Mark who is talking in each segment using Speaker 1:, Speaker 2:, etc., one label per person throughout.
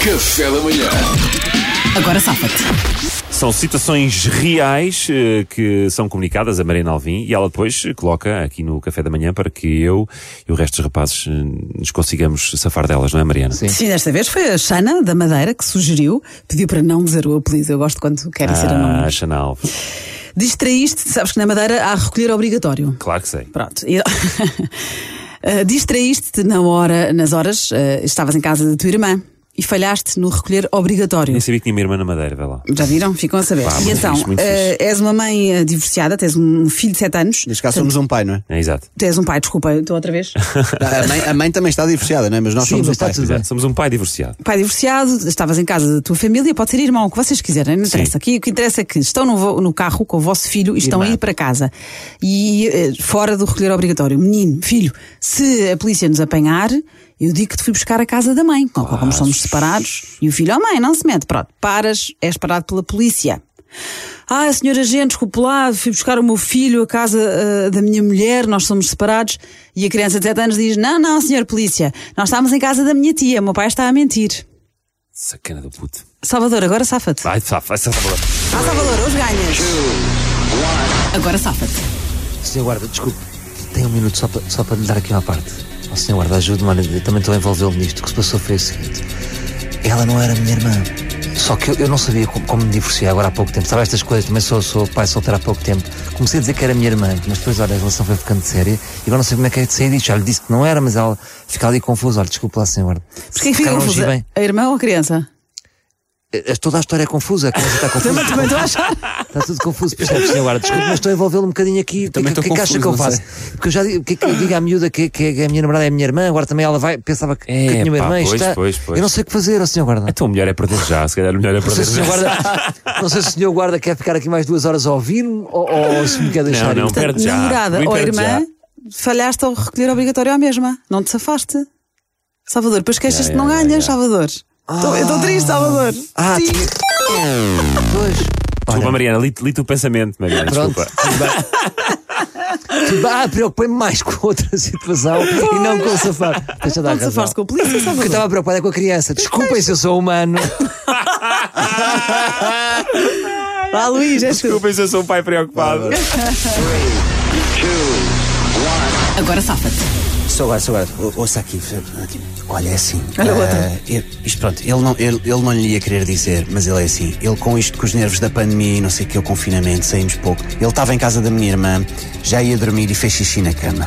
Speaker 1: Café da manhã.
Speaker 2: Agora safa-te.
Speaker 3: São citações reais eh, que são comunicadas a Mariana Alvim e ela depois coloca aqui no café da manhã para que eu e o resto dos rapazes eh, nos consigamos safar delas, não é, Mariana? Sim.
Speaker 2: Sim, desta vez foi a Xana, da Madeira, que sugeriu, pediu para não dizer o apelido. Eu gosto quando querem ser
Speaker 3: Ah,
Speaker 2: anónimos.
Speaker 3: Xana Alves.
Speaker 2: Distraíste, sabes que na Madeira há recolher obrigatório.
Speaker 3: Claro que sei.
Speaker 2: Pronto. E- Ah, Distraíste-te na hora, nas horas, ah, estavas em casa da tua irmã e falhaste no recolher obrigatório.
Speaker 3: Nem sabia que tinha uma irmã na Madeira, vai lá.
Speaker 2: Já viram? Ficam a saber.
Speaker 3: Pá,
Speaker 2: e
Speaker 3: muito
Speaker 2: então,
Speaker 3: fixe, muito
Speaker 2: ah,
Speaker 3: fixe.
Speaker 2: és uma mãe ah, divorciada, tens um filho de 7 anos.
Speaker 4: Neste caso somos um pai, não é?
Speaker 3: É, exato.
Speaker 2: Tu és um pai, desculpa, estou outra vez.
Speaker 4: A mãe, a mãe também está divorciada, não é? Mas nós
Speaker 2: Sim,
Speaker 4: somos um
Speaker 2: mas está
Speaker 4: pai.
Speaker 2: tudo
Speaker 3: Exato. Somos um pai divorciado.
Speaker 2: pai divorciado, estavas em casa da tua família, pode ser irmão, o que vocês quiserem, não interessa.
Speaker 3: Sim.
Speaker 2: Aqui o que interessa é que estão no, vo- no carro com o vosso filho e estão a ir para casa. E eh, fora do recolher obrigatório. Menino, filho, se a polícia nos apanhar, eu digo que te fui buscar a casa da mãe, com a qual como somos separados. E o filho, ó mãe, não se mete. Pronto, paras, és parado pela polícia. Ah, senhora gente, desculpe lá, fui buscar o meu filho à casa ah, da minha mulher, nós somos separados. E a criança de 7 anos diz: Não, não, senhor polícia, nós estávamos em casa da minha tia, o meu pai está a mentir.
Speaker 3: Sacana do puto.
Speaker 2: Salvador, agora safa-te.
Speaker 3: Vai, safa, vai, safa.
Speaker 2: Ah, Salvador, hoje ganhas. Agora safa-te.
Speaker 5: Senhor Guarda, desculpe, tenho um minuto só para, só para lhe dar aqui uma parte. Oh, senhor Guarda, ajude-me, olha, eu também estou a envolvê-lo nisto. O que se passou foi o seguinte: ela não era minha irmã. Só que eu, eu não sabia como, como me divorciar agora há pouco tempo. Sabe estas coisas? Também sou, sou pai solteiro há pouco tempo. Comecei a dizer que era minha irmã, mas depois, olha, a relação foi ficando séria. E agora não sei como é que é de sair disto. Já lhe disse que não era, mas ela fica ali confusa. Olha, desculpe lá, senhor Guarda.
Speaker 2: Porquê que fica
Speaker 5: Cara, não
Speaker 2: confusa?
Speaker 5: agi bem.
Speaker 2: A irmã ou a criança?
Speaker 5: Eh, Toda a história é confusa. A criança está confusa.
Speaker 2: Também estou a achar.
Speaker 5: Está tudo confuso, percebes, senhor guarda? Desculpe, mas estou a envolvê-lo um bocadinho aqui. O que,
Speaker 4: também
Speaker 5: é que- o que é que acha que
Speaker 4: estou
Speaker 5: eu
Speaker 4: confuso,
Speaker 5: faço? Porque eu já digo, o que é que eu digo à miúda que, que é a minha namorada é a minha irmã, agora também ela vai, pensava que, que
Speaker 3: É,
Speaker 5: tinha uma
Speaker 3: pá,
Speaker 5: irmã. isto
Speaker 3: pois,
Speaker 5: está-
Speaker 3: pois, pois.
Speaker 5: Eu não sei o que fazer, ó senhor guarda.
Speaker 3: Então o melhor é perder já, se calhar o melhor é
Speaker 5: Não
Speaker 3: perder
Speaker 5: sei, se o senhor
Speaker 3: já.
Speaker 5: guarda não sei se o senhor guarda quer ficar aqui mais duas horas a ouvir-me ou, ou se me quer deixar
Speaker 3: não,
Speaker 5: ir.
Speaker 3: pera- Perde já.
Speaker 2: Namorada
Speaker 3: Muito
Speaker 2: ou
Speaker 3: perde
Speaker 2: irmã, falhaste ao recolher obrigatório à mesma. Não te safaste. Salvador, depois queixas-te que
Speaker 3: Ya,
Speaker 2: não
Speaker 3: ya,
Speaker 2: ganhas, Salvador. Estou- eu Estou triste, Salvador.
Speaker 5: Ah,
Speaker 2: Sim.
Speaker 5: Pois.
Speaker 3: Desculpa, Mariana, li, li o pensamento, Mariana,
Speaker 5: Pronto.
Speaker 3: desculpa.
Speaker 5: Tudo bem. Tudo bem. Ah, preocupei-me mais com outra situação e não com o safar. Deixa eu
Speaker 2: Não
Speaker 5: dar
Speaker 2: te Então,
Speaker 5: razão.
Speaker 2: safaste com a polícia,
Speaker 5: Porque eu
Speaker 2: Salvador.
Speaker 5: estava preocupada com a criança. Desculpem se eu sou humano.
Speaker 2: Ah, Luís, és tu.
Speaker 3: Desculpa, eu sou um pai preocupado.
Speaker 2: Agora safa-te.
Speaker 4: Só agora, só agora. O- Ouça aqui. Olha, é assim. Ah, ele- isto pronto, ele não, ele, ele não lhe ia querer dizer, mas ele é assim. Ele com isto, com os nervos da pandemia e não sei o que, o confinamento, saímos pouco. Ele estava em casa da minha irmã, já ia dormir e fez xixi na cama.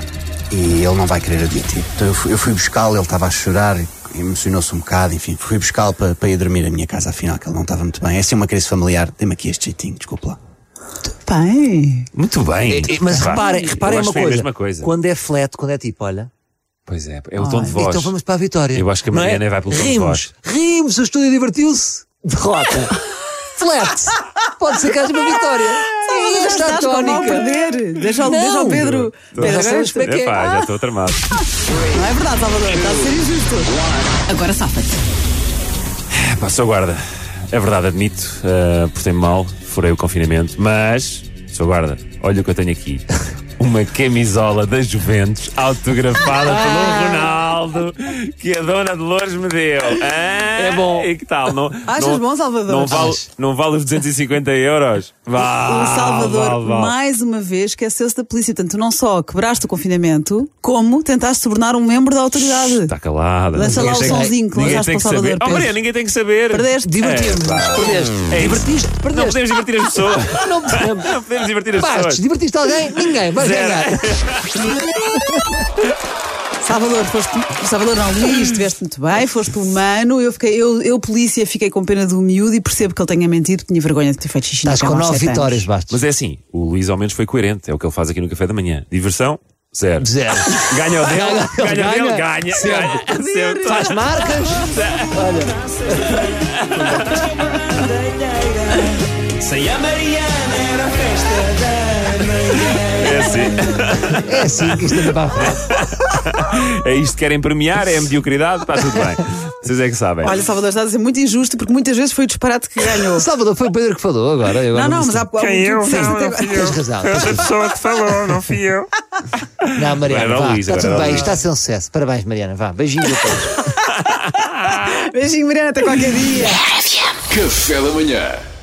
Speaker 4: E ele não vai querer admitir. Então eu fui, eu fui buscá-lo, ele estava a chorar, emocionou-se um bocado, enfim. Fui buscá-lo para, para ir dormir à minha casa, afinal, que ele não estava muito bem. É assim uma crise familiar. Dê-me aqui este jeitinho, desculpe lá.
Speaker 2: Pai.
Speaker 3: Muito bem.
Speaker 5: E- e- É, Mas
Speaker 3: Pá,
Speaker 5: reparem, reparem
Speaker 3: eu acho que
Speaker 5: uma
Speaker 3: foi
Speaker 5: coisa.
Speaker 3: a mesma coisa.
Speaker 5: Quando é flat, quando é tipo, olha.
Speaker 3: Pois é, é o tom de voz.
Speaker 5: Então vamos para a vitória.
Speaker 3: Eu acho que a
Speaker 5: Não
Speaker 3: Mariana
Speaker 5: é?
Speaker 3: vai pelo tom de
Speaker 5: Rimos, rimos, o estúdio divertiu-se. Derrota. flat. Pode ser que haja uma vitória. Sim, está
Speaker 2: Estás com mal
Speaker 5: tónica.
Speaker 2: perder. Deixa o
Speaker 5: Não.
Speaker 2: deixa o Pedro.
Speaker 3: Tô-
Speaker 2: Pedro, agora
Speaker 5: já
Speaker 2: és
Speaker 5: sabes
Speaker 2: tu.
Speaker 5: como é que é.
Speaker 3: Epá,
Speaker 2: Ah!
Speaker 3: já estou tramado.
Speaker 2: Não é verdade, Salvador. Está a ser injusto. Agora safa-te.
Speaker 3: Epá, sou guarda. É verdade, admito, uh, portei-me mal, furei o confinamento, mas, sou guarda, olha o que eu tenho aqui. Uma camisola da Juventus autografada
Speaker 5: Ah!
Speaker 3: pelo Ronaldo que a dona Dolores me deu. é
Speaker 5: bom.
Speaker 3: E que tal? Não,
Speaker 2: Achas
Speaker 3: não-
Speaker 2: bom, Salvador?
Speaker 3: Não vale,
Speaker 2: Acho.
Speaker 3: não vale os 250 euros? Vale,
Speaker 2: O Salvador,
Speaker 3: vale, vale.
Speaker 2: mais uma vez, esqueceu-se da polícia. Portanto, tu não só quebraste o confinamento, como tentaste se tornar um membro da autoridade.
Speaker 3: Está Tá calada.
Speaker 2: Lança lá
Speaker 3: Ninguém
Speaker 2: o
Speaker 3: tem-
Speaker 2: sonzinho que
Speaker 3: Ninguém
Speaker 2: lançaste
Speaker 3: tem que
Speaker 2: para o
Speaker 3: saber.
Speaker 2: Salvador,
Speaker 3: Oh,
Speaker 2: Pedro.
Speaker 3: Maria, ninguém tem que saber.
Speaker 2: Perdeste.
Speaker 5: Divertimos,
Speaker 3: Epá.
Speaker 5: perdeste.
Speaker 3: É isso.
Speaker 5: Divertiste,
Speaker 3: Não
Speaker 5: perdeste.
Speaker 3: podemos divertir as pessoas.
Speaker 5: Não podemos.
Speaker 3: Não podemos divertir as
Speaker 5: Bastos,
Speaker 3: pessoas.
Speaker 5: divertiste alguém? Ninguém.
Speaker 3: Zero.
Speaker 5: Vai ganhar.
Speaker 2: Salvador, foste. Salvador, não, Luís, estiveste muito bem, foste humano. Eu, fiquei, eu, eu, polícia, fiquei com pena do miúdo e percebo que ele tenha mentido, que tinha vergonha de ter feito xixi na
Speaker 5: Estás com
Speaker 2: cama aos
Speaker 5: nove
Speaker 2: sete
Speaker 5: vitórias,
Speaker 2: anos.
Speaker 5: Bastos.
Speaker 3: Mas é assim, o Luís ao menos foi coerente, é o que ele faz aqui no café da manhã. Diversão, zero.
Speaker 5: Zero.
Speaker 3: Ganha o dele, ganha,
Speaker 5: Ganha.
Speaker 3: o dele, ganha,
Speaker 5: Sempre.
Speaker 3: ganha. Sempre.
Speaker 5: Faz marcas.
Speaker 6: Sem a Mariana era a festa da
Speaker 3: É assim.
Speaker 5: É assim que isto anda para a frente.
Speaker 3: É isto que querem premiar, é a mediocridade, está tudo bem. Vocês é que sabem.
Speaker 2: Olha, Salvador, está a ser muito injusto porque muitas vezes foi o disparate que ganhou.
Speaker 5: Salvador, foi o Pedro que falou agora. eu
Speaker 2: não,
Speaker 5: agora
Speaker 2: não, mas há um pouco.
Speaker 1: Quem eu? Não, não fui eu.
Speaker 5: Tens razão,
Speaker 1: Foi
Speaker 5: tens
Speaker 1: outra pessoa que falou, não fui eu.
Speaker 5: Não, Mariana,
Speaker 3: Agora
Speaker 5: vá.
Speaker 3: Luís,
Speaker 5: está
Speaker 3: agora
Speaker 5: tudo bem,
Speaker 3: Luís.
Speaker 5: isto está a ser um sucesso. Parabéns, Mariana, vá. Beijinho a todos.
Speaker 2: Beijinho, Mariana, até qualquer dia.
Speaker 6: Café da Manhã